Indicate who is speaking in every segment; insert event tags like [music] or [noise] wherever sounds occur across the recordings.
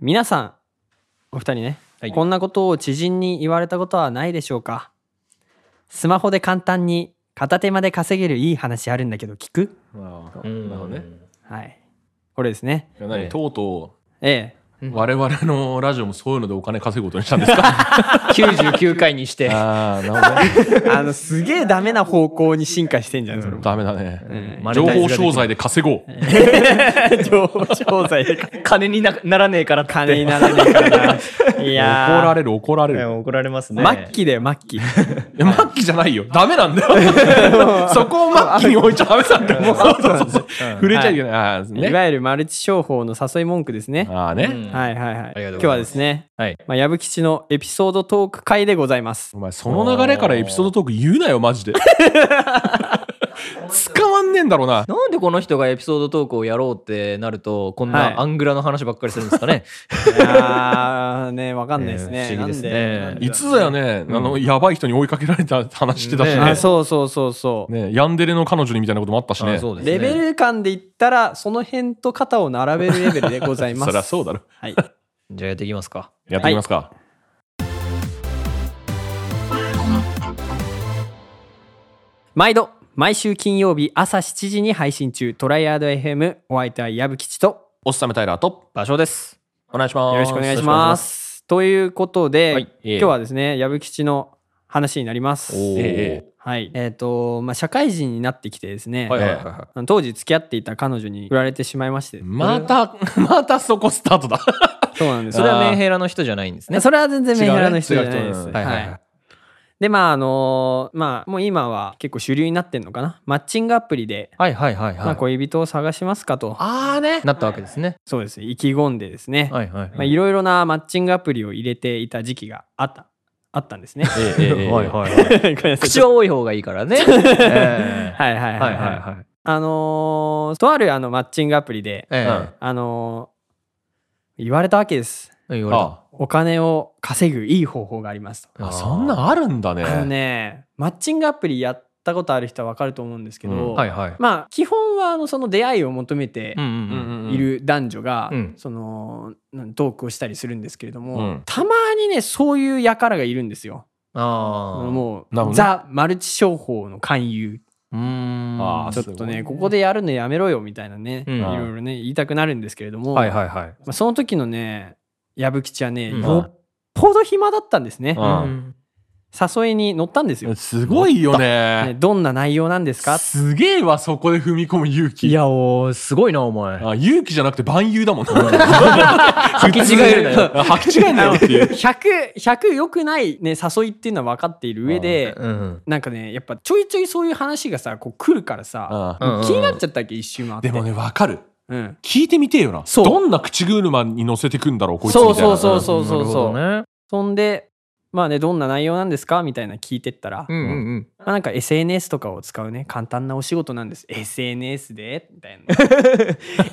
Speaker 1: 皆さん、お二人ね、
Speaker 2: はい
Speaker 1: こんなことを知人に言われたことはないでしょうかスマホで簡単に片手間で稼げるいい話あるんだけど聞く
Speaker 2: ああな
Speaker 3: う
Speaker 2: るほどね。
Speaker 1: はい。これですね。
Speaker 2: いや何
Speaker 3: ええ
Speaker 2: とうと
Speaker 1: え
Speaker 2: う、我々のラジオもそういうのでお金稼ぐことにしたんですか
Speaker 3: 99回にして。
Speaker 2: [laughs] ああ、なるほ
Speaker 1: え。あの、すげえダメな方向に進化してんじゃん、それ
Speaker 3: [laughs]
Speaker 1: も。
Speaker 2: [laughs] ダメだね。
Speaker 3: マネ
Speaker 2: 情
Speaker 3: タイ
Speaker 2: 報
Speaker 3: ズができない
Speaker 2: 商材で稼ごう。
Speaker 1: 情報商材で
Speaker 3: 金になならねえからって。
Speaker 1: 金にならねえから
Speaker 3: [laughs]
Speaker 1: な。い
Speaker 2: 怒ら
Speaker 1: や
Speaker 2: れる、怒られ
Speaker 3: い
Speaker 2: る
Speaker 3: や。怒られますね。
Speaker 1: ー、末期だよ、末期。
Speaker 2: いや、末期じゃないよ。ダメなんだ [laughs] よ。そこを末期に置いちゃダメなんだよ。もう、そうそうそう。触れちゃいけない。ああ、
Speaker 1: い
Speaker 2: ね。
Speaker 1: わゆるマルチ商法の誘い文句ですね。
Speaker 2: ああ
Speaker 3: う
Speaker 2: ね。
Speaker 3: ん
Speaker 1: はいはいはい。
Speaker 3: あり
Speaker 1: 今
Speaker 3: がとうございます
Speaker 1: 日はですね、
Speaker 3: はい。
Speaker 1: まあ、矢吹吉のエピソードトーク会でございます。
Speaker 2: お前、その流れからエピソードトーク言うなよ、マ [laughs] ジで。捕まんねえんだろうな。
Speaker 3: なんでこの人がエピソードトークをやろうってなると、こん
Speaker 1: はい
Speaker 3: なアングラの話ばっかりするんですか [laughs] ね。
Speaker 1: いやーね、わかんないですね。
Speaker 3: ね不思議ですね
Speaker 1: なんなん
Speaker 2: いつだよね、あの、やばい人に追いかけられた話してたし
Speaker 1: あ
Speaker 2: ね。
Speaker 1: そうそうそうそう。
Speaker 2: ね、ヤンデレの彼女にみたいなこともあったしね。
Speaker 3: [laughs] あそうですね。
Speaker 1: レベル感で言ったら、その辺と肩を並べるレベルでございます。
Speaker 2: [laughs] そりゃそうだろ。
Speaker 1: はい。
Speaker 3: じゃあやっていきますか。
Speaker 2: やってみますか。
Speaker 1: 毎度、毎週金曜日朝7時に配信中、トライアード FM、お相手は矢吹吉と、
Speaker 2: おっさめタイラーと、
Speaker 3: 場所です。
Speaker 2: お願いします。
Speaker 1: よろしくお願いします。ということで、
Speaker 2: はいええ
Speaker 1: 今日はですね、矢吹吉の話になります。
Speaker 3: おー
Speaker 2: え
Speaker 1: はい。えっ、と、まあ、社会人になってきてですね、
Speaker 2: はいはい
Speaker 3: いは
Speaker 1: あの当時付き合っていた彼女に振られてしまいまして、
Speaker 2: また、 [laughs] またそこスタートだ。
Speaker 1: そうなんで
Speaker 3: い。
Speaker 1: す
Speaker 3: そ
Speaker 1: よ。
Speaker 3: れはメンヘラの人じゃないんですね。
Speaker 1: それは全然メンヘラの人じゃないです。
Speaker 2: 違うね違う人うん
Speaker 1: はい
Speaker 3: はいはいはい
Speaker 1: で、まあ、あのーまあ、もう今は結構主流になってんのかな。マッチングアプリで、
Speaker 3: はいはいはい
Speaker 1: ま
Speaker 3: は
Speaker 1: あ、
Speaker 3: い。
Speaker 1: 恋人を探しますかと、
Speaker 2: ああね。
Speaker 3: なったわけですね。
Speaker 1: そうですね、意気込んでですね、
Speaker 3: はいはい
Speaker 1: まあ、
Speaker 3: はい。
Speaker 1: いろいろなマッチングアプリを入れていた時期があった、あったんですね。
Speaker 2: ええええええ
Speaker 3: はいはい
Speaker 1: [laughs]
Speaker 3: [laughs] はい。
Speaker 1: ごめんなさい
Speaker 3: 口は多い方がいいからね。 [laughs] え
Speaker 1: はいはいはい
Speaker 3: えは
Speaker 1: はいい。
Speaker 3: はいはい。
Speaker 1: あのーとあるあのマッチングアプリで、
Speaker 3: え
Speaker 2: うん
Speaker 1: あのー言われたわけです。
Speaker 3: え言わ
Speaker 2: あ
Speaker 1: お金を稼ぐいい方法がありますと。
Speaker 3: れた
Speaker 2: あそんなんあるんだね。
Speaker 1: あのね、マッチングアプリやったことある人はわかると思うんですけど、
Speaker 2: うん
Speaker 3: はいはい。
Speaker 1: まあ、基本はあのその出会いを求めて
Speaker 3: うん
Speaker 2: うん
Speaker 3: うん
Speaker 2: うんうん
Speaker 1: いる男女が、
Speaker 3: うん
Speaker 1: そのなんトークをしたりするんですけれども、
Speaker 2: うん
Speaker 1: たまにねそういう輩がいるんですよ。
Speaker 3: ああ。
Speaker 1: もう、
Speaker 2: なるほどね
Speaker 1: ザ・マルチ商法の勧誘
Speaker 3: うーん。
Speaker 2: あー
Speaker 1: ちょっ
Speaker 2: す
Speaker 1: と
Speaker 2: ごい
Speaker 1: ね
Speaker 2: ね
Speaker 1: ここでやるのやめろよみたいなね、
Speaker 3: うん
Speaker 1: いろいろね言いたくなるんですけれども、
Speaker 3: はいはいはい。
Speaker 1: まあ、その時のね矢吹吉はね、
Speaker 3: うん
Speaker 1: よっぽど暇だったんですね、
Speaker 2: うん
Speaker 1: 誘いに乗ったんですよ、
Speaker 2: すごいよ
Speaker 1: ね
Speaker 2: ね。
Speaker 1: どんな内容なんですか
Speaker 2: すげえわ、そこで踏み込む勇気。
Speaker 3: いや、おーすごいな、お前。
Speaker 2: あ勇気じゃなくて万有だもんね。 [laughs]
Speaker 3: 履き違えるなよ。
Speaker 2: あ履き違えんなよっていう。
Speaker 1: 100、100良くないね、誘いっていうのは分かっている上で、
Speaker 3: うん。
Speaker 1: なんかね、やっぱちょいちょいそういう話がさ、こう来るからさ、
Speaker 2: [laughs] あ
Speaker 3: うん
Speaker 1: 気になっちゃったっけ、一周回って。
Speaker 2: でもね、わかる。
Speaker 1: うん。
Speaker 2: 聞いてみてえよな。
Speaker 1: そう
Speaker 2: どんな口車に乗せてくんだろう、こいつみた
Speaker 1: そ
Speaker 2: いうな。
Speaker 1: そうそうそう
Speaker 3: な
Speaker 1: そ
Speaker 3: る
Speaker 1: う
Speaker 3: ほ
Speaker 1: そ
Speaker 3: ど
Speaker 1: う、
Speaker 3: ね。
Speaker 1: そんで、まあね、どんな内容なんですかみたいな聞いてったら、
Speaker 3: う
Speaker 1: ま
Speaker 3: んうんうん。
Speaker 1: あなんか SNS とかを使うね、簡単なお仕事なんです。SNS でみたいな。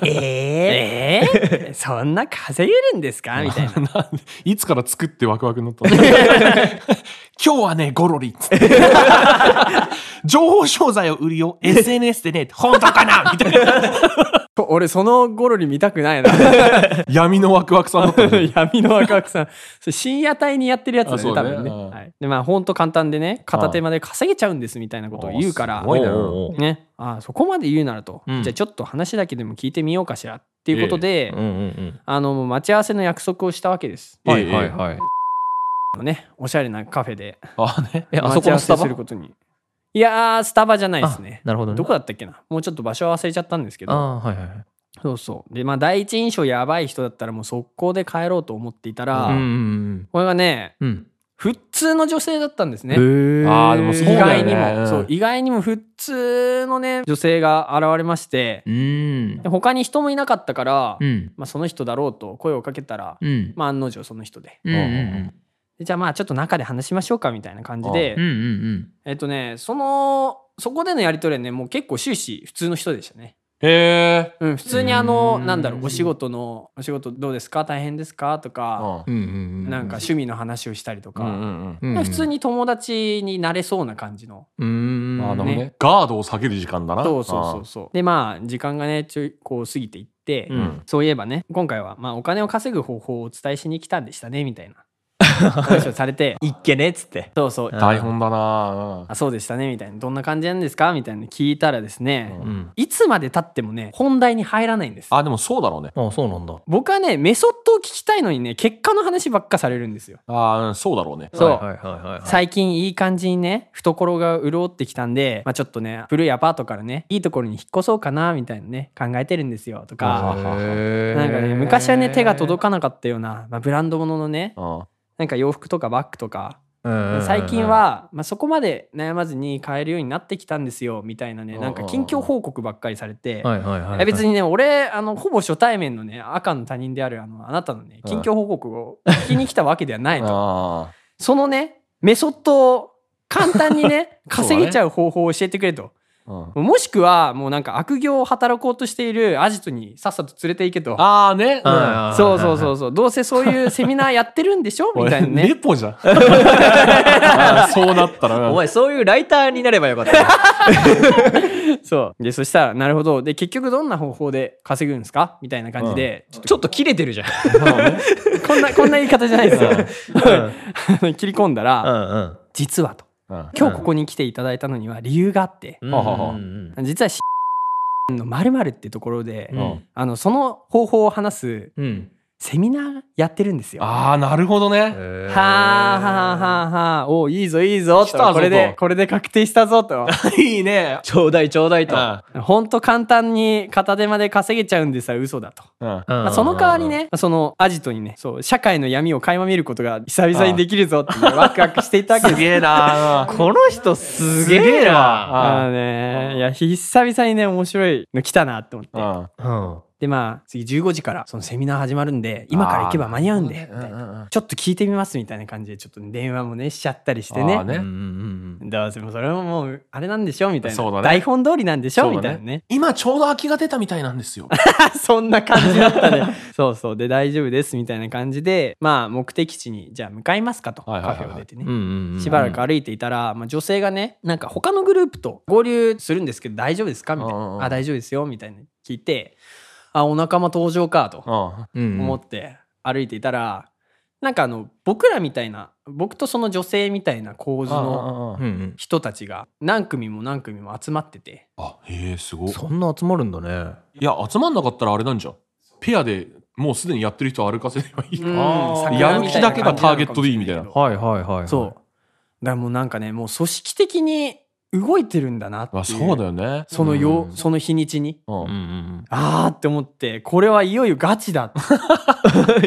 Speaker 1: えー、えー、そんな稼げるんですかみた
Speaker 2: [laughs]
Speaker 1: いな。
Speaker 2: なんでいつから作ってワクワクになったの [laughs] 今日はね、ゴロリっつって。情報商材を売るよ。SNS でね、本当かなみたいな。
Speaker 1: 俺、そのゴロリ見たく [laughs] ないな。
Speaker 2: 闇のワクワクさんだったよね。
Speaker 1: 闇のワクワクさんそれ深夜帯にやってるやつだ
Speaker 2: あそ
Speaker 1: ね
Speaker 2: うね
Speaker 1: 多分ね、
Speaker 2: うん
Speaker 1: はい、でまあほんと簡単でね片手間で稼げちゃうんですみたいなことを言うから
Speaker 2: あすごいね
Speaker 3: おうおうおう
Speaker 1: ね、あそこまで言うならと、
Speaker 3: うん
Speaker 1: じゃあちょっと話だけでも聞いてみようかしらっていうことで、
Speaker 3: うんうんうん。
Speaker 1: あのもう待ち合わせの約束をしたわけです、
Speaker 2: ええ
Speaker 3: はいはいはい。
Speaker 1: ねおしゃれなカフェで
Speaker 2: [laughs] あね。
Speaker 1: [laughs]
Speaker 3: え、あ
Speaker 1: 待
Speaker 3: そこ
Speaker 1: ち合
Speaker 3: の
Speaker 1: わ
Speaker 3: スタ
Speaker 1: せ
Speaker 3: バ
Speaker 1: することにいやースタバじゃないですね
Speaker 3: あなるほどね。
Speaker 1: どこだったっけなもうちょっと場所は忘れちゃったんですけ
Speaker 3: あ
Speaker 1: ど
Speaker 3: あ、はいはいはい。
Speaker 1: そうそうでまあ第一印象やばい人だったらもう速攻で帰ろうと思っていたら、
Speaker 3: うんうん
Speaker 1: これがね
Speaker 3: うんうん。
Speaker 1: 普通の女性だったんですね。
Speaker 3: ね
Speaker 2: あーでも
Speaker 1: 意
Speaker 2: そうだ
Speaker 1: 外
Speaker 2: よ
Speaker 1: に
Speaker 2: ね
Speaker 1: も、
Speaker 2: うん
Speaker 1: そう意外にも普通のね女性が現れまして
Speaker 3: うん
Speaker 1: で。他に人もいなかったから、
Speaker 3: うん。
Speaker 1: まあ、その人だろうと声をかけたら、
Speaker 3: うん。
Speaker 1: まあ、案の定その人で
Speaker 3: うんうん
Speaker 1: でじゃあまあちょっと中で話しましょうかみたいな感じで
Speaker 3: うん。うんうん
Speaker 1: えっとねそのそこでのやり取りはねもう結構終始普通の人でしたね。
Speaker 2: へえ。
Speaker 1: うん、普通にあの
Speaker 3: うーん
Speaker 1: なんだろうお仕事のお仕事どうですか大変ですかとか、
Speaker 2: うん
Speaker 3: うんうん
Speaker 1: なんか趣味の話をしたりとか、
Speaker 2: うん
Speaker 3: うん
Speaker 1: 普通に友達になれそうな感じの、
Speaker 3: うーん
Speaker 2: うん。あーなるほど
Speaker 1: ね
Speaker 2: ね。ガードを下げる時間だな。
Speaker 1: そうそうそうそうでまあ時間がねちょいこう過ぎていって、
Speaker 2: うん。うん。
Speaker 1: そういえばね今回はまあお金を稼ぐ方法をお伝えしに来たんでしたねみたいな話をされて
Speaker 4: いっけねっつって。
Speaker 1: そうそう
Speaker 4: うん
Speaker 2: 台本だな。
Speaker 1: あそうでしたねみたいなどんな感じなんですかみたいなの聞いたらですね、
Speaker 2: うん
Speaker 4: うん。
Speaker 1: いつまで経ってもね本題に入らないんです
Speaker 2: あ、でもそうだろうね。
Speaker 4: ああ、そうなんだ。
Speaker 1: 僕はねメソッドを聞きたいのにね結果の話ばっかされるんですよ
Speaker 2: あーうんそうだろうね。
Speaker 1: そう
Speaker 4: はいはいはいはいはい。
Speaker 1: 最近いい感じにね懐が潤ってきたんで、まあ、ちょっとね古いアパートからねいいところに引っ越そうかなみたいなね考えてるんですよとかなんかね昔はね手が届かなかったような、まあ、ブランド物のね
Speaker 2: うん。
Speaker 1: なんか洋服とかバッグとか
Speaker 4: か
Speaker 1: 最近、は、まあ、そこまで悩まずに買えるようになってきたんですよみたいなねなんか近況報告ばっかりされて。
Speaker 4: はいはいはいい
Speaker 1: や別
Speaker 4: に。
Speaker 1: にね俺あのほぼ初対面のね赤の他人であるあのあなたのね近況報告を聞きに来たわけではないと
Speaker 2: あ
Speaker 1: そのね、メソッドを簡単
Speaker 4: [laughs]
Speaker 1: にね、稼げちゃう方法を教えてくれと。
Speaker 2: ーうん
Speaker 1: もしくは、もうなんか悪行を働こうとしているアジトにさっさと連れて行けと。
Speaker 2: あーね。うん
Speaker 4: あー
Speaker 1: そうそうそうそう。どうせそういうセミナーやってるんでしょみたいな
Speaker 2: 俺レ
Speaker 1: ね。
Speaker 2: ポじゃん。 [laughs]
Speaker 1: [laughs]
Speaker 2: あーそうなったら。
Speaker 4: お
Speaker 2: うん
Speaker 4: 前、そういうライターになればよかったよ。
Speaker 1: そう。で、そしたら、なるほど。で、結局どんな方法で稼ぐんですかみたいな感じで、ちょっ
Speaker 4: ちょっと切れてるじゃん。
Speaker 1: とこんな、こんな言い方じゃないですよ。切り込ん [laughs] だ
Speaker 4: う
Speaker 1: ら、
Speaker 4: んうん。
Speaker 1: 実はと。
Speaker 2: うん
Speaker 1: 今日ここに来ていただいたのには理由があって、
Speaker 4: うん
Speaker 2: ははは
Speaker 4: うんうん
Speaker 1: 実は、の〇〇ってところで、
Speaker 4: うん
Speaker 1: あの、その方法を話す
Speaker 4: うん。
Speaker 1: セミナーやってるんですよ。は
Speaker 2: ああ、なるほどね。
Speaker 1: あ
Speaker 4: へー
Speaker 1: はあはあはあ。おういいぞいいぞ
Speaker 2: 来たぞと
Speaker 1: これで、これで確定したぞと。
Speaker 2: いいね。
Speaker 4: ちょうだいちょうだいと。
Speaker 1: ほんと簡単に片手まで稼げちゃうんでさ、嘘だと。
Speaker 2: うん。
Speaker 1: まあ、その代わりね、そのアジトにね、そう、社会の闇を垣間見ることが久々にできるぞっていうワクワクしていたわけ
Speaker 2: す
Speaker 1: です。
Speaker 2: げえな。
Speaker 4: この人すげえな。
Speaker 1: あ
Speaker 2: わ。
Speaker 1: のね、いや、久々にね、面白いの来たなって思って。
Speaker 2: う
Speaker 4: う
Speaker 2: ん。
Speaker 4: ん。
Speaker 1: で、まあ、次15時からそのセミナー始まるんで、今から行けば間に合うんで、みたいな。
Speaker 2: な。
Speaker 1: ちょっと聞いてみますみたいな感じで、ちょっと電話もね、しちゃったりして
Speaker 2: あ
Speaker 1: ね
Speaker 4: うん
Speaker 2: ー。
Speaker 4: うん
Speaker 2: ね。
Speaker 4: うん
Speaker 1: どうせもうそれももうあれなんでしょみたいな、
Speaker 2: そうだね
Speaker 1: 台本通りなんでしょ、
Speaker 2: そう
Speaker 1: みた
Speaker 2: だ
Speaker 1: い
Speaker 2: ね
Speaker 1: なね
Speaker 2: 今ちょうど空きが出たみたいなんですよ。
Speaker 1: [laughs] そんな感じだった
Speaker 2: [laughs]
Speaker 1: ねそうそうで大丈夫ですみたいな感じでまあ目的地にじゃあ向かいますかと、
Speaker 2: はいはいはい
Speaker 1: カフェを出てね、
Speaker 4: うんうんうん。
Speaker 1: しばらく歩いていたら、まあ、女性がねなんか他のグループと合流するんですけど大丈夫ですかみたいな「
Speaker 2: うんうんうん
Speaker 1: あ大丈夫ですよ」みたいな聞いて「あお仲間登場か」と
Speaker 2: うん。
Speaker 4: うん
Speaker 1: 思って歩いていたら、なんかあの僕らみたいな僕とその女性みたいな構図の
Speaker 2: あ
Speaker 4: うんうん。
Speaker 1: 人たちが何組も何組も集まってて。
Speaker 2: あ、へえ、すごい。
Speaker 4: そんな集まるんだね。
Speaker 2: いや、集まんなかったらあれなんじゃん。ペアでもうすでにやってる人歩かせればいいか
Speaker 1: うん
Speaker 4: あー
Speaker 1: 桜みたいな
Speaker 2: やる気だけがターゲットでいいみたいな
Speaker 1: 感じのかもしれ
Speaker 4: はいはいはい。
Speaker 1: けどそう。だからもうなんかね、もう組織的に動いてるんだなってい
Speaker 2: ま
Speaker 1: う。
Speaker 2: あ、そうだよね。
Speaker 1: そのよ、
Speaker 4: うん
Speaker 1: その日にちに。
Speaker 2: う
Speaker 4: うん
Speaker 2: ん。
Speaker 4: うん
Speaker 1: あーって思って、これはいよいよガチだ。
Speaker 4: う
Speaker 1: [laughs]
Speaker 4: ん。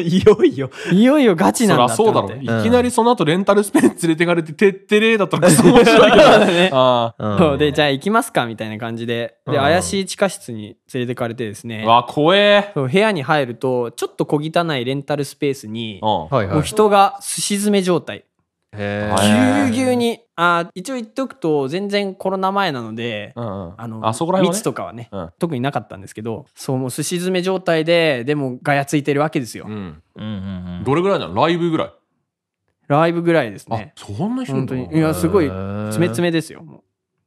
Speaker 4: [laughs] いよいよ。
Speaker 1: いよいよガチ
Speaker 2: そ
Speaker 1: なん
Speaker 2: り
Speaker 1: だ
Speaker 2: ゃ
Speaker 1: って
Speaker 2: そうだ
Speaker 1: 思っ
Speaker 2: ろ。
Speaker 1: て。
Speaker 2: いきなりその後レンタルスペース連れてかれて、てってれーだったらクソ面白いけど。
Speaker 1: ね
Speaker 2: あ
Speaker 1: そうで、じ
Speaker 4: ゃ
Speaker 1: ゃあ行きますかみたいな感じで。
Speaker 4: う
Speaker 1: で、
Speaker 4: ん
Speaker 1: 怪しい地下室に連れてかれてです
Speaker 2: あ。
Speaker 1: ね
Speaker 2: う。わ、怖え。
Speaker 1: そう部屋に入ると、ちょっと小汚いレンタルスペースに、
Speaker 2: うん。
Speaker 4: はい
Speaker 1: も
Speaker 4: は
Speaker 1: う
Speaker 4: い。
Speaker 1: 人がすし詰め状態。
Speaker 4: へ
Speaker 1: ぎゅ
Speaker 2: は
Speaker 1: う
Speaker 2: い
Speaker 1: ぎゅうに。あー一応言っておくと、全然コロナ前なので、
Speaker 2: うんうん。
Speaker 1: あの
Speaker 2: あそこら辺はね
Speaker 1: 密とかはね、
Speaker 2: うん
Speaker 1: 特になかったんですけどそうもうすし詰め状態ででもガヤついてるわけですよ、
Speaker 2: うん。
Speaker 4: うんうん
Speaker 2: どれぐらいなのライブぐらい。
Speaker 1: ライブぐらいです
Speaker 2: あ
Speaker 1: ね、
Speaker 2: そんな人
Speaker 1: 本
Speaker 2: いるんだ
Speaker 1: 当
Speaker 2: な
Speaker 1: にいやすごい詰め詰
Speaker 4: め。
Speaker 1: めですよも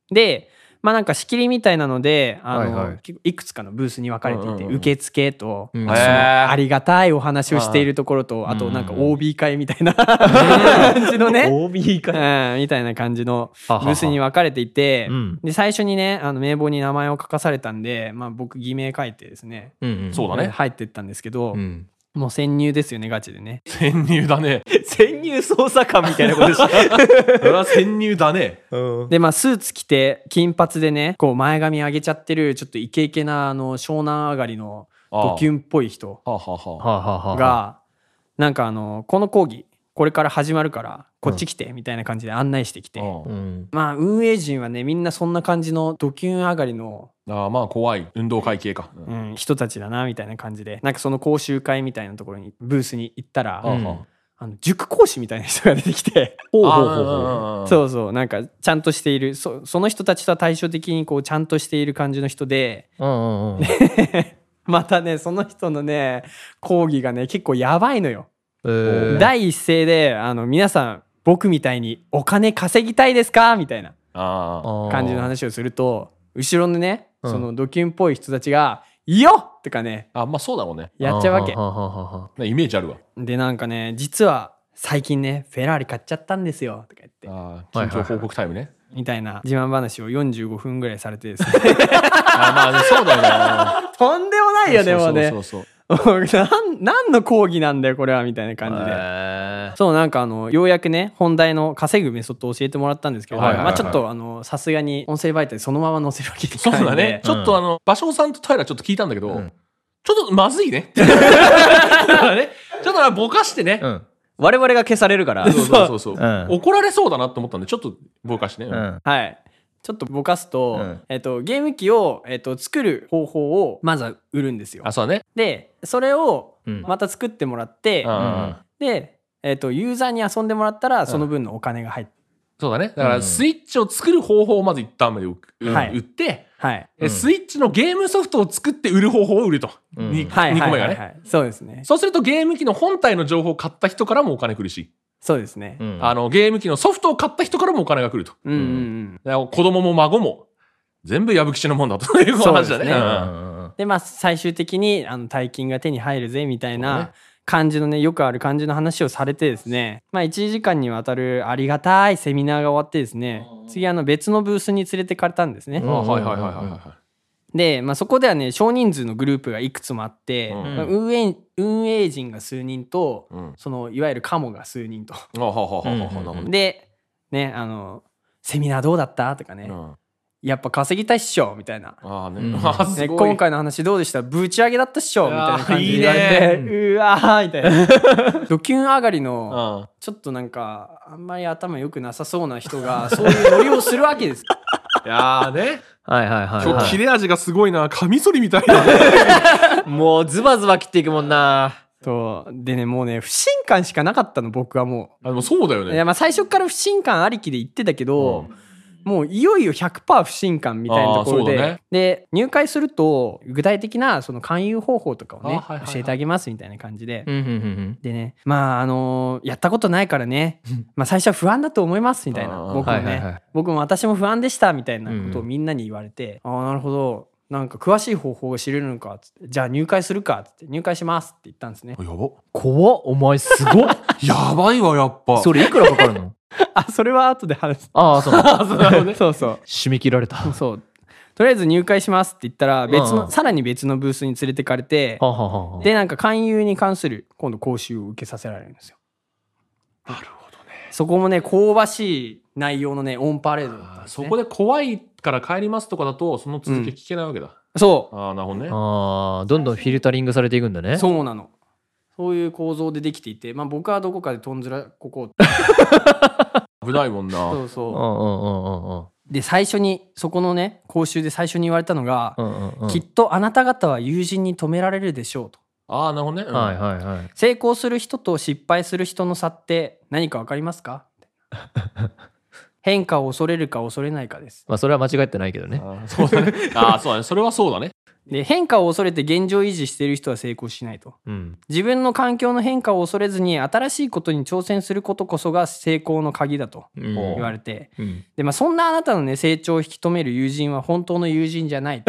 Speaker 1: うでまあなんか仕切りみたいなのであの、
Speaker 4: はいはい
Speaker 1: 結構いくつかのブースに分かれていて、
Speaker 2: うんうんうん
Speaker 1: 受付と、
Speaker 4: うん
Speaker 1: そ
Speaker 4: へ
Speaker 1: の
Speaker 2: ー
Speaker 1: ありがたいお話をしているところとあとなんか
Speaker 4: うんうんうん
Speaker 1: OB 会みたいな感じの
Speaker 4: [laughs]
Speaker 1: ね、
Speaker 4: OB
Speaker 1: う
Speaker 4: か。
Speaker 1: [laughs] ん、みたいな感じの
Speaker 4: ブ
Speaker 1: ブースに分かれていて
Speaker 4: うん
Speaker 1: で最初にねあの名簿に名前を書かされたんで、まあ、僕偽名書いてですね
Speaker 4: うんうん。
Speaker 2: そうだね
Speaker 1: 入ってったんですけど、
Speaker 4: うん。
Speaker 1: もう潜入ですよねガチでね
Speaker 2: 潜入だね。
Speaker 4: [laughs] 潜入捜査官みたいなことし
Speaker 2: それは潜入だね。
Speaker 1: [laughs] でまあスーツ着て金髪でねこう前髪上げちゃってるちょっとイケイケなあの湘南上がりの
Speaker 2: ああ
Speaker 1: ドキュンっぽい人
Speaker 2: はあ、はあはあ、
Speaker 4: はあはあはあ。
Speaker 1: がなんかあのこの講義これから始まるからこっち来てみたいな感じで案内してきて、
Speaker 2: う
Speaker 4: うんん。
Speaker 1: まあ運営陣はねみんなそんな感じのドキュン上がりの、
Speaker 2: ああまあ怖い運動会系か。うん
Speaker 1: うん人たちだなみたいな感じでなんかその講習会みたいなところにブースに行ったら、
Speaker 2: はあ
Speaker 4: ん
Speaker 2: は
Speaker 1: あの塾講師みたいな人が出てきて
Speaker 3: ほう
Speaker 2: あ
Speaker 3: ほ
Speaker 2: ー
Speaker 3: うほうほう
Speaker 2: うん
Speaker 1: そうそうなんかちゃんとしているそその人たちとは対照的にこうちゃんとしている感じの人で
Speaker 3: うんうんうん。
Speaker 1: またねその人のね講義がね結構やばいのよ。
Speaker 3: えー
Speaker 1: 第一声であの皆さん僕みたいにお金稼ぎたいですかみたいな
Speaker 2: あー
Speaker 3: あー
Speaker 1: 感じの話をすると後ろのね
Speaker 3: うん
Speaker 1: そのドキュンっぽい人たちが「いいよ!」とかね
Speaker 2: あまあそうだろうね
Speaker 1: やっちゃうわけ
Speaker 3: は。はははは
Speaker 2: ねイメージあるわ
Speaker 1: でなんかね実は最近ねフェラーリ買っちゃったんですよとか言って
Speaker 2: あ
Speaker 3: は
Speaker 2: ー
Speaker 3: い
Speaker 2: 緊
Speaker 3: はいは
Speaker 2: 張
Speaker 3: い
Speaker 2: 報告タイムね
Speaker 1: みたいな自慢話を45分ぐらいされてです
Speaker 2: [laughs]
Speaker 1: ね
Speaker 2: あーまあそうだよ [laughs] ね
Speaker 1: とんでもないよでもね
Speaker 2: そうそうそう
Speaker 1: [laughs] なん何の講義なんだよこれはみたいな感じで。
Speaker 3: え
Speaker 1: そうなんかあのようやくね本題の稼ぐメソッドを教えてもらったんですけど、
Speaker 2: はいはいはい
Speaker 1: まあちょっとあのさすがに音声媒体そのまま載せるわけにいか
Speaker 2: そう
Speaker 1: ないんで
Speaker 2: だね、ちょっとあの芭蕉さんと平ちょっと聞いたんだけど、
Speaker 3: うん
Speaker 2: ちょっとまずいねねちょっとぼかしてね
Speaker 3: ー、うん
Speaker 4: 我々が消されるから。
Speaker 2: そうそうそうそう、
Speaker 3: うん
Speaker 2: 怒られそうだなと思ったんでちょっとぼかしてね、
Speaker 3: うん
Speaker 1: はい。ちょっとぼかすと、
Speaker 3: うん
Speaker 1: えっと、ゲーム機を、えっと、作る方法をまずは売るんですよ
Speaker 2: あ。そうだね
Speaker 1: で、それを
Speaker 3: うん
Speaker 1: また作ってもらって、
Speaker 2: うん
Speaker 1: で、えっと、ユーザーに遊んでもらったら、その分のお金が入って、
Speaker 2: そうだねだから
Speaker 3: うん
Speaker 2: スイッチを作る方法をまず一旦までうう
Speaker 1: はい
Speaker 2: 売って、
Speaker 1: はい。
Speaker 2: え
Speaker 3: うん
Speaker 2: スイッチのゲームソフトを作って売る方法を売ると、
Speaker 3: うん
Speaker 2: に二
Speaker 1: はい
Speaker 2: 2個
Speaker 1: は
Speaker 2: 目
Speaker 1: い
Speaker 2: が
Speaker 1: はい、
Speaker 2: ね
Speaker 1: はい。そうですね。
Speaker 2: そうするとゲーム機の本体の情報を買った人からもお金来るし、
Speaker 1: そうですね。
Speaker 3: うん
Speaker 2: あのゲーム機のソフトを買った人からもお金が来ると。
Speaker 1: うんうんうん。
Speaker 2: だから子供も孫も全部矢吹吉のもんだという話だね。
Speaker 1: そうですね
Speaker 2: う
Speaker 3: うんんうんうん
Speaker 1: で、まあ、最終的に、あの、大金が手に入るぜ、みたい
Speaker 2: そう
Speaker 1: な
Speaker 2: ね
Speaker 1: 感じのね、よくある感じの話をされてですね、まあ、1時間にわたるありがたいセミナーが終わってですね、次、あの、別のブースに連れてかれたんですね。
Speaker 3: う
Speaker 2: あ
Speaker 3: ん
Speaker 2: はいはいはいはいは
Speaker 1: で、まあ、そこではね少人数のグループがいくつもあって、
Speaker 2: うん
Speaker 1: まあ運営運営陣が数人と
Speaker 2: い。うん。
Speaker 1: そのいわゆるカモが数人と。
Speaker 2: あはははははなるほど
Speaker 3: う
Speaker 1: でねあの「セミナーどうだった?」とかね、
Speaker 2: うん
Speaker 1: やっぱ稼ぎたいっしょ」みたいな。
Speaker 2: ああね。
Speaker 3: うん
Speaker 2: [laughs] あーす
Speaker 1: ね、
Speaker 2: ごい。
Speaker 1: 今回の話どうでしたぶち上げだったっしょみたいな感じで
Speaker 2: い
Speaker 1: 言
Speaker 2: や
Speaker 1: わ
Speaker 2: ー
Speaker 1: れて
Speaker 3: いい
Speaker 1: う
Speaker 3: ね
Speaker 1: わーみたいな
Speaker 2: [laughs]
Speaker 1: ドキュン上がりの
Speaker 2: うん
Speaker 1: ちょっとなんかあんまり頭良くなさそうな人がそういうノリをするわけ
Speaker 2: [laughs]
Speaker 1: です
Speaker 2: いやーね。
Speaker 3: はいはいはい
Speaker 2: 今
Speaker 3: は
Speaker 2: 日切
Speaker 3: い。
Speaker 2: れ味がすごいな。カミソリみたいな。
Speaker 3: もうズバズバ切っていくもんな。
Speaker 1: とでねもうね不信感しかなかったの僕はもう
Speaker 2: あでもそうだよ
Speaker 1: いや
Speaker 2: ね。
Speaker 1: まあ最初から不信感ありきで言ってたけど、もういよいよ100%不信感みたいなところ
Speaker 2: あー
Speaker 1: で、
Speaker 2: そうだね
Speaker 1: で入会すると具体的なその勧誘方法とかをね、
Speaker 2: あーはいはいはい
Speaker 1: 教えてあげますみたいな感じで。
Speaker 3: うんうんうん
Speaker 1: でね、まああのーやったことないからね、まあ最初は不安だと思いますみたいな
Speaker 2: あー
Speaker 1: 僕もね、
Speaker 3: はいはいはい
Speaker 1: 僕も私も不安でしたみたいなことを
Speaker 3: うん
Speaker 1: みんなに言われて、ああなるほどなんか詳しい方法が知れるのかっつってじゃあ入会するかっつって入会しますって言ったんですね
Speaker 2: あやば。
Speaker 3: 怖っお前すごっ
Speaker 2: やばいわ、やっぱ。
Speaker 3: それいくらかかるの
Speaker 1: あそれは後で話す
Speaker 3: ああ、そうな
Speaker 1: [laughs]
Speaker 3: の。
Speaker 1: そうそう
Speaker 3: 締め切られた。は
Speaker 1: そう。とりあえず入会しますって言ったら別の、
Speaker 3: うん
Speaker 1: さらに別のブースに連れてかれて
Speaker 3: あ、はあはあはあ
Speaker 1: でなんか勧誘に関する今度講習を受けさせられるんですよ
Speaker 2: なるほどね。
Speaker 1: そこもね香ばしい内容のねオンパレードだったん
Speaker 2: あ
Speaker 1: です、
Speaker 2: そ
Speaker 1: ね、
Speaker 2: こで怖いから帰りますとかだと、その続き聞けないわけだ。
Speaker 1: そ
Speaker 2: ああ、なるほどね。
Speaker 3: ああ、どんどんフィルタリングされていくんだね。
Speaker 1: うそうなのそういう構造でできていてまあ僕はどこかでとんずらここう
Speaker 2: 危ないもんな。
Speaker 1: そう
Speaker 3: うん
Speaker 1: そ
Speaker 3: うんうんうんうん
Speaker 1: うで最初にそこのね講習で最初に言われたのが、
Speaker 3: うんうんうん。
Speaker 1: きっとあなた方は友人に止められるでしょうと
Speaker 2: ああ、なるほどね。うん
Speaker 3: はいはいはい。
Speaker 1: 成功する人と失敗する人の差って何か分かります
Speaker 2: [laughs]
Speaker 1: か変化を恐れるか恐れないかです
Speaker 3: まあそれは間違ってないけどね。
Speaker 2: あーそうだね。ああ、そうだね。それはそうだね。
Speaker 1: で変化を恐れて現状維持している人は成功しないと
Speaker 3: うん。
Speaker 1: 自分の環境の変化を恐れずに新しいことに挑戦することこそが成功の鍵だと
Speaker 3: うん
Speaker 2: お
Speaker 1: 言われて
Speaker 3: うん
Speaker 1: で、まあ、そんなあなたのね成長を引き止める友人は本当の友人じゃない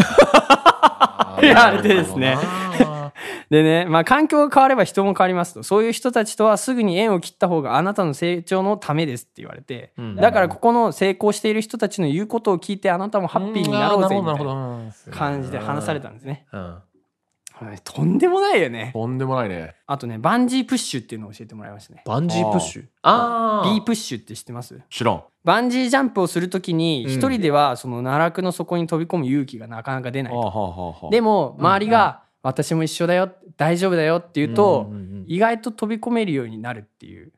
Speaker 1: 言われてですね
Speaker 2: あ
Speaker 1: [laughs] でね、まあ、環境が変われば人も変わりますとそういう人たちとはすぐに縁を切った方があなたの成長のためですって言われて、
Speaker 3: うん
Speaker 1: だからここの成功している人たちの言うことを聞いてあなたも
Speaker 2: ー。
Speaker 1: ハッピーになろうぜ
Speaker 2: ん
Speaker 1: み
Speaker 2: な
Speaker 1: た
Speaker 2: るほ
Speaker 1: い
Speaker 2: ど
Speaker 1: な
Speaker 2: なるほど。
Speaker 1: 感じで話されたんですね。
Speaker 3: うん。
Speaker 1: はいとんでもないよね。
Speaker 2: とんでもないね。
Speaker 1: あとねバンジープッシュっていうのを教えてもらいましたね。
Speaker 3: バンジープッシュ
Speaker 1: ビ
Speaker 3: あ
Speaker 1: ープッシュって知ってます
Speaker 2: 知らん。
Speaker 1: バンジージャンプをするときに
Speaker 3: うん
Speaker 1: 一人ではその奈落の底に飛び込む勇気がなかなか出ない
Speaker 2: あー
Speaker 1: と。
Speaker 2: はあはあはあ
Speaker 1: でも周りが「私も一緒だよ大丈夫だよ」って言うと
Speaker 3: うんうんうん
Speaker 1: 意外と飛び込めるようになるっていう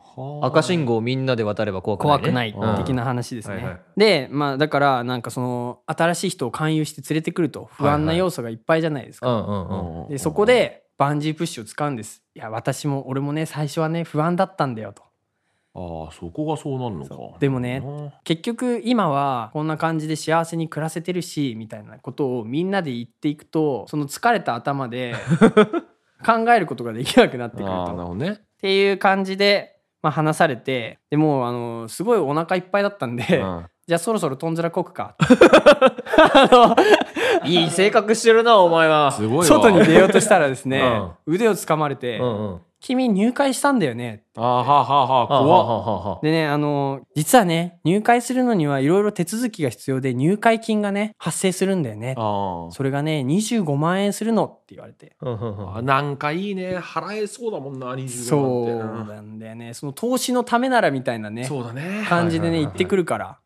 Speaker 2: はあ
Speaker 3: 赤信号をみんなで渡れば怖くない
Speaker 1: 怖くな
Speaker 3: ね。
Speaker 1: い
Speaker 2: うん
Speaker 1: 的な話です
Speaker 3: はいは
Speaker 1: ね
Speaker 3: い。
Speaker 1: でまあだからなんかその新しい人を勧誘して連れてくると不安な要素がいっぱいじゃないです
Speaker 3: う
Speaker 1: か。
Speaker 3: んうんうん。
Speaker 1: でそこでバンジープッシュを使うんです。いや、私も俺もね、最初はね、不安だったんだよと。
Speaker 2: ああそこがそうなるのか
Speaker 1: そうでもね結局今はこんな感じで幸せに暮らせてるしみたいなことをみんなで言っていくとその疲れた頭
Speaker 2: [laughs]
Speaker 1: で考えることができなくなってくる
Speaker 2: ああなる
Speaker 1: と。っ
Speaker 2: ほどね
Speaker 1: ていう感じで、まあ、話されてでもうあのすごいお腹いっぱいだったんで、
Speaker 2: うん
Speaker 1: じゃあそろそろとんずらこくか
Speaker 3: いい性格してるな、お前は。
Speaker 2: すごいわ
Speaker 1: 外に出ようとしたらですね、
Speaker 3: う
Speaker 1: 腕をつかまれて「
Speaker 3: うんうん。
Speaker 1: 君入会したんだよね
Speaker 2: あーはあはあはあ
Speaker 3: は
Speaker 2: 怖っ
Speaker 3: ははは」
Speaker 1: でねあの実はね入会するのにはいろいろ手続きが必要で入会金がね発生するんだよね
Speaker 2: あー
Speaker 1: それがね25万円するのって言われて
Speaker 3: うんうんうん
Speaker 2: あなんかいいね払えそうだもんな20
Speaker 1: そ
Speaker 2: 万って
Speaker 1: うなんだよねその投資のためならみたいなね
Speaker 2: そうだね
Speaker 1: 感じで
Speaker 3: はいはい
Speaker 1: ね
Speaker 3: はいはい
Speaker 1: 行ってくるから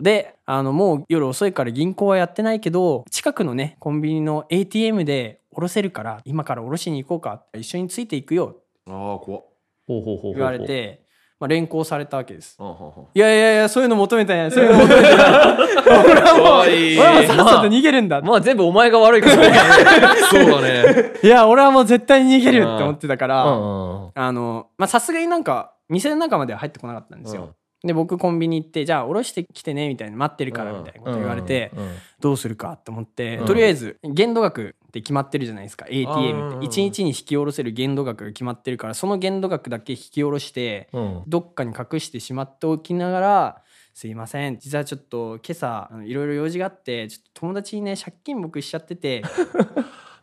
Speaker 1: であのもう夜遅いから銀行はやってないけど近くのねコンビニの ATM で下ろせるから今から下ろしに行こうか一緒についていくよ
Speaker 2: ああ怖っ
Speaker 3: ほうほうほうほうほう
Speaker 1: 言われて、まあ、連行されたわけです
Speaker 2: あーはあはい
Speaker 1: やいやいやそういうの求めて
Speaker 3: [laughs]
Speaker 1: ないそういうの求めてない俺はもう
Speaker 2: お
Speaker 1: [laughs]
Speaker 2: い
Speaker 1: 俺はもうさっさと逃げるんだ
Speaker 3: まあ全部お前が悪いからね。
Speaker 2: あそうだね
Speaker 1: いや俺はもう絶対に逃げるって思ってたから、
Speaker 3: うん
Speaker 1: あの、まあ、さすがになんか、店の中までは入ってこなかったんですよ。で、僕コンビニ行って、じゃあ、おろしてきてね、みたいな、待ってるから、みたいなこと言われて、
Speaker 3: うんうんうん
Speaker 1: どうするかって思って、
Speaker 3: うん
Speaker 1: とりあえず、限度額って決まってるじゃないですか、
Speaker 2: あーうん
Speaker 1: ATM
Speaker 2: う
Speaker 1: っ
Speaker 2: ん
Speaker 1: て。1日に引き下ろせる限度額が決まってるから、その限度額だけ引き下ろして、
Speaker 3: うん
Speaker 1: どっかに隠してしまっておきながら、すいません実はちょっと今朝あのいろいろ用事があってちょっと友達にね借金僕しちゃってて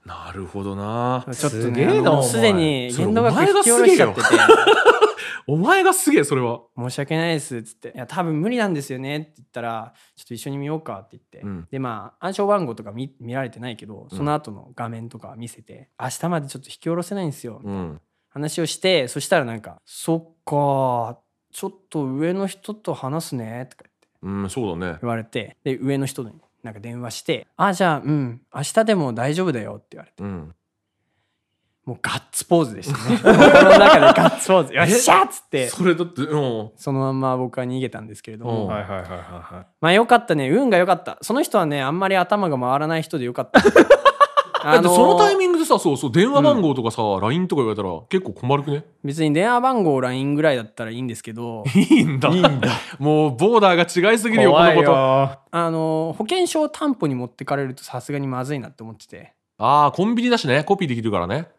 Speaker 2: なるほどな
Speaker 1: ちょっと
Speaker 3: すげ
Speaker 1: ね
Speaker 3: えな
Speaker 1: あのもう
Speaker 3: お前
Speaker 1: すでに
Speaker 2: それ
Speaker 1: 限度額
Speaker 2: お前
Speaker 1: 引
Speaker 2: が
Speaker 1: き下ろしちゃってて
Speaker 2: お前がすげえそれは
Speaker 1: 申し訳ないですっつって「いや多分無理なんですよね」って言ったら「ちょっと一緒に見ようか」って言って、
Speaker 2: うん
Speaker 1: でまあ暗証番号とか見見られてないけどその後の画面とか見せて「明日までちょっと引き下ろせないんですよ」
Speaker 2: うん
Speaker 1: 話をしてそしたらなんか「そっかちょっと上の人と話すね」とか
Speaker 2: うんそうだね
Speaker 1: 言われてで上の人になんか電話して「あじゃあうん明日でも大丈夫だよ」って言われて
Speaker 2: うん
Speaker 1: もうガッツポーズでした
Speaker 2: [laughs]
Speaker 1: ね心の中でガッツポーズ「よっしゃ!」っつって
Speaker 2: それだってうん
Speaker 1: そのまんま僕は逃げたんですけれども。
Speaker 2: うん
Speaker 3: はいはいはいはいはい。
Speaker 1: まあよかったね。運が良かった。その人はね、あんまり頭が回らない人でよかった。
Speaker 2: だってそのタイ
Speaker 1: グ
Speaker 2: ミングでさ、そうそう、電話番号とかさ、LINE とか言われたら結構困るくね、
Speaker 1: 別に電話番号 LINE ぐらいだったらいいんですけど
Speaker 2: いいんだ。いいんだ。もうボーダーが違いすぎるよ、この
Speaker 3: 怖い
Speaker 2: こ
Speaker 3: よ
Speaker 2: と。あ
Speaker 1: あの、保険証を担保に持ってかれるとさすがにまずいなって思ってて。
Speaker 2: あー、コンビニだしね、コピーできるからね。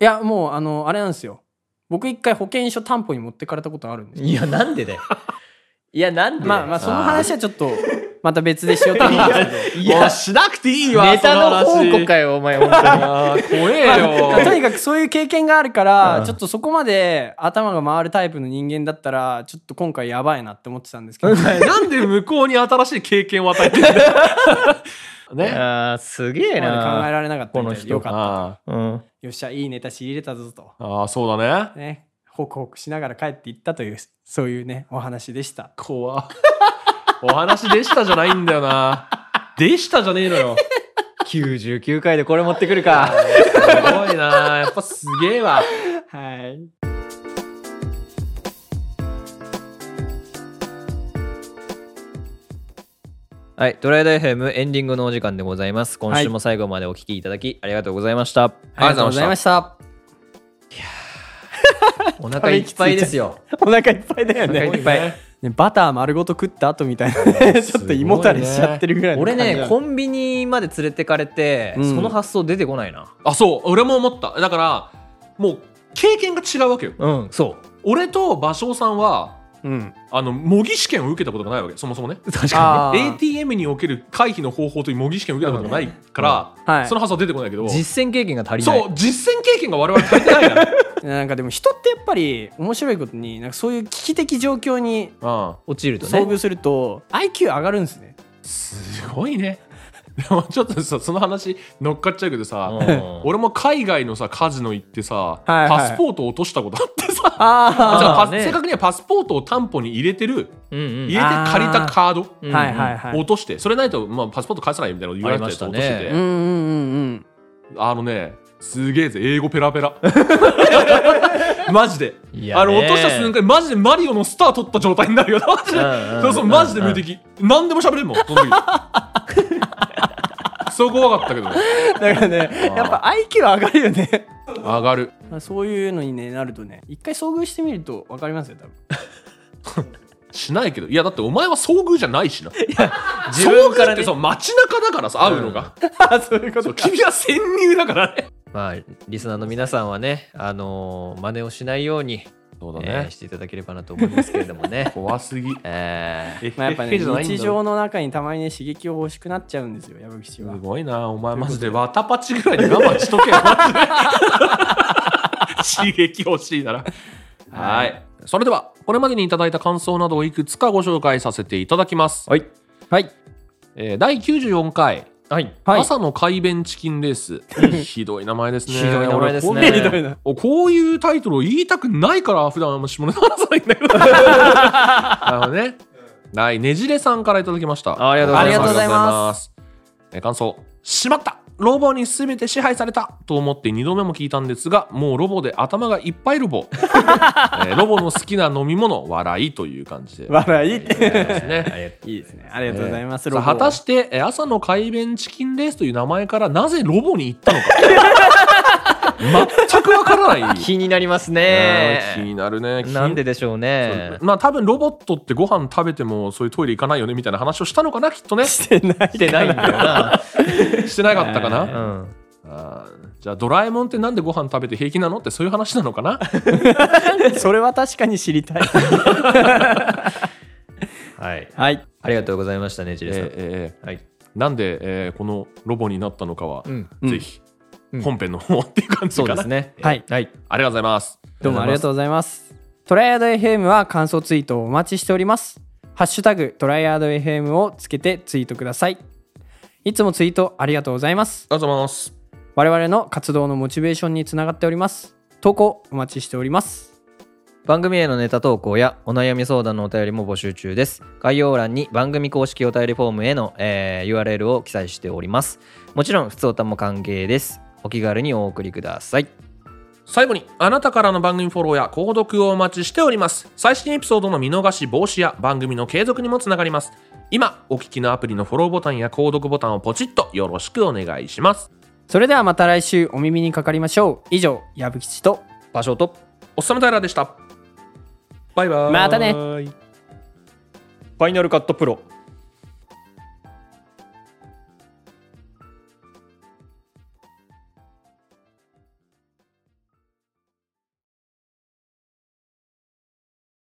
Speaker 1: いや、もう、あの、あれなんですよ。僕一回保険証担保に持ってかれたことあるんですよ。
Speaker 3: いや、なんでだよ。いや、なんでだよ
Speaker 1: まあまあ、その話はちょっと、また別でしようと思うんですけど。
Speaker 3: い
Speaker 2: もう
Speaker 3: や、
Speaker 2: しなくていい
Speaker 3: ネタの宝庫
Speaker 2: よ。
Speaker 3: かよ、お前、本当に。
Speaker 2: あー怖
Speaker 1: まあと
Speaker 2: えよ。
Speaker 1: にかくそういう経験があるから、
Speaker 3: うん
Speaker 1: ちょっとそこまで頭が回るタイプの人間だったら、ちょっと今回やばいなって思ってたんです
Speaker 3: [laughs]
Speaker 1: けど。
Speaker 2: [laughs] なんで向こうに新しい経験を与えてるんだよ [laughs] ね。
Speaker 3: あーすげえ
Speaker 1: まだ考え
Speaker 3: な。
Speaker 1: られなかったみたい
Speaker 3: この
Speaker 1: で
Speaker 3: 人
Speaker 1: よかっ
Speaker 2: あ
Speaker 3: うん。
Speaker 1: たよっしゃいいネタ仕入れたぞと
Speaker 2: ーあー、そうだね。
Speaker 1: ねホクホクしながら帰っていったというそういうねお話でした
Speaker 2: 怖 [laughs] お話でしたじゃないんだよな。でしたじゃねえのよ。
Speaker 3: 99回でこれ持ってくるか。
Speaker 2: すごいな。やっぱすげえわ。
Speaker 1: はい
Speaker 3: はい、ドライダイフェムエンディングのお時間でございます。今週も最後までお聞きいただきありがとうございました。
Speaker 1: ありがとうございました
Speaker 3: お腹いっぱいですよ。
Speaker 1: お腹いっぱいだよ
Speaker 3: お
Speaker 1: ね
Speaker 3: 腹いっぱい。
Speaker 1: ねバター丸ごと食った後みたいな [laughs] ねちょっと胃もたれしちゃってるぐらいの
Speaker 3: 俺
Speaker 1: 感じ
Speaker 3: ね、コンビニまで連れてかれて、
Speaker 1: うん
Speaker 3: その発想出てこないな。
Speaker 2: あ、そう。俺も思った。だから、もう、経験が違うわけよ。
Speaker 3: うん、そ
Speaker 2: 俺と芭蕉さんは、
Speaker 1: うん
Speaker 2: あの、模擬試験を受けたことがないわけ。そもそもね。
Speaker 3: う。確
Speaker 1: あー
Speaker 2: ATM における回避の方法という模擬試験を受けたことがないから、
Speaker 1: うんはい
Speaker 2: その発想は出てこないけど、
Speaker 3: 実践経験が足りない。
Speaker 2: そう、実践経験が我々足りてないから。
Speaker 1: なんかでも人ってやっぱり面白いことになんかそういう危機的状況に
Speaker 2: うん
Speaker 3: 落ちると
Speaker 1: 遭
Speaker 3: ね。
Speaker 1: 遇すると IQ 上がるんですね
Speaker 2: すごいね。 [laughs] でもちょっとさ、その話乗っかっちゃうけどさ、
Speaker 3: うん
Speaker 2: 俺も海外のさカジノ行ってさ、
Speaker 1: いはい
Speaker 2: パスポートを落としたことあってさ
Speaker 1: あ
Speaker 2: じゃあパス
Speaker 3: ね
Speaker 2: 正確にはパスポートを担保に入れてる
Speaker 3: うんうん
Speaker 2: 入れて借りたカードを
Speaker 3: うん
Speaker 1: はいはいはい
Speaker 2: 落としてそれないと、まあ、パスポート返さないみたいなこと言われてたやつ
Speaker 3: あ
Speaker 2: 落と
Speaker 3: りま
Speaker 2: し
Speaker 3: した
Speaker 2: て
Speaker 3: ね
Speaker 2: て
Speaker 1: うんうんうんうん
Speaker 2: あのねすげえぜ英語ペラ
Speaker 3: [laughs]
Speaker 2: ペラマジで
Speaker 3: いやね
Speaker 2: あの落とした瞬間にマジでマリオのスター取った状態になるよマジで [laughs]
Speaker 3: うんうん [laughs]
Speaker 2: そうそうマジで無敵何でも喋れるもんその時すそ怖かったけどね
Speaker 1: だからねやっぱ IQ 上がるよね
Speaker 2: 上がる
Speaker 1: そういうのに、ね、なるとね一回遭遇してみると分かりますよ多分
Speaker 2: しないけどいやだってお前は遭遇じゃないしな
Speaker 3: 自分から
Speaker 2: 遭遇って
Speaker 3: ね
Speaker 2: そ。う街中だからさ会うのが、
Speaker 1: あそういうこ
Speaker 2: そう
Speaker 1: と
Speaker 2: 君は潜入だから
Speaker 3: [laughs]
Speaker 2: ね
Speaker 3: まあ、リスナーの皆さんはね、あのー真似をしないように、
Speaker 2: そうだ。
Speaker 3: えーしていただければなと思いますけれどもね
Speaker 2: 怖すぎ
Speaker 3: えー
Speaker 2: え
Speaker 1: まあやっぱ
Speaker 3: [laughs]
Speaker 1: ね
Speaker 2: じゃないんだ
Speaker 1: 日常の中にたまにね刺激を欲しくなっちゃうんですよ山口
Speaker 2: す
Speaker 1: は
Speaker 2: ごいなお前マジでワタパチぐらいで我慢しとけ
Speaker 3: [laughs]
Speaker 2: よ刺激欲しいならはいそれではこれまでにいただいた感想などをいくつかご紹介させていただきます、
Speaker 3: はい。
Speaker 1: はい
Speaker 2: えー第94回
Speaker 3: はい。
Speaker 1: はい
Speaker 2: 朝の改便チキンレー
Speaker 3: [laughs]
Speaker 2: ス、ひどい名前ですね
Speaker 3: ひどい名前ですね
Speaker 1: [laughs]
Speaker 2: 俺こう
Speaker 1: ひどいな
Speaker 2: おこういうタイトルを言いたくないから普段あんま下ネタ話さないんだけ
Speaker 3: [laughs]
Speaker 2: どなるほどねはいねじれさんからいただきました
Speaker 3: あありがとうございますありがとうござ
Speaker 1: います
Speaker 2: えー感想しまったロボに全て支配されたと思って2度目も聞いたんですがもうロボで頭がいっぱいロ
Speaker 3: [laughs]
Speaker 2: ボ、えーロボの好きな飲み物笑いという感じで
Speaker 1: 笑いって
Speaker 2: ですね
Speaker 1: いいですねありがとうございます、
Speaker 2: さあ
Speaker 1: ロボ
Speaker 2: 果たしてえー朝の改便チキンレースという名前からなぜロボに行ったの
Speaker 3: [laughs]
Speaker 2: か全くわからない、
Speaker 3: [laughs] 気になります
Speaker 2: うん気
Speaker 3: ね。
Speaker 2: になるね気に
Speaker 3: なんででしょう
Speaker 2: そう
Speaker 3: ね。
Speaker 2: まあ多分ロボットってご飯食べてもそういうトイレ行かないよねみたいな話をしたのかなきっとねし
Speaker 1: してない
Speaker 3: 来てないんだよな。
Speaker 2: てなかったか
Speaker 3: う
Speaker 2: な、
Speaker 3: ん。
Speaker 2: あーじゃあドラえもんってなんでご飯食べて平気なのってそういう話なのか
Speaker 3: [laughs]
Speaker 2: な
Speaker 1: [laughs] それは確かに知りたい
Speaker 3: はい。
Speaker 1: はい
Speaker 3: ありがとうございましたね、ジ
Speaker 2: え
Speaker 3: レさん。
Speaker 2: ーえー
Speaker 3: はい。
Speaker 2: なんで、えーこのロボになったのかは、
Speaker 3: うん
Speaker 2: ぜひ本編の方っていう感じ
Speaker 3: そ
Speaker 2: か
Speaker 3: う
Speaker 2: な、
Speaker 3: ですね。
Speaker 1: はい
Speaker 3: はい。
Speaker 2: ありがとうございます
Speaker 1: どうもありがとうございます。トライアド FM は感想ツイートをお待ちしております。ハッシュタグトライアド FM をつけてツイートください。いつもツイートありがとうございます。
Speaker 2: ありがとうございます
Speaker 1: 我々の活動のモチベーションにつながっております。投稿お待ちしております。
Speaker 3: 番組へのネタ投稿やお悩み相談のお便りも募集中です。概要欄に番組公式お便りフォームへの、えー URL を記載しております。もちろん、普通おたも歓迎です。お気軽にお送りください。
Speaker 2: 最後にあなたからの番組フォローや購読をお待ちしております最新エピソードの見逃し防止や番組の継続にもつながります今お聞きのアプリのフォローボタンや購読ボタンをポチッとよろしくお願いします
Speaker 1: それではまた来週お耳にかかりましょう。以上、矢吹吉と。
Speaker 3: 場所と
Speaker 2: おっさむタイラーでしたバイバイ
Speaker 1: またね
Speaker 3: ファイナルカットプロ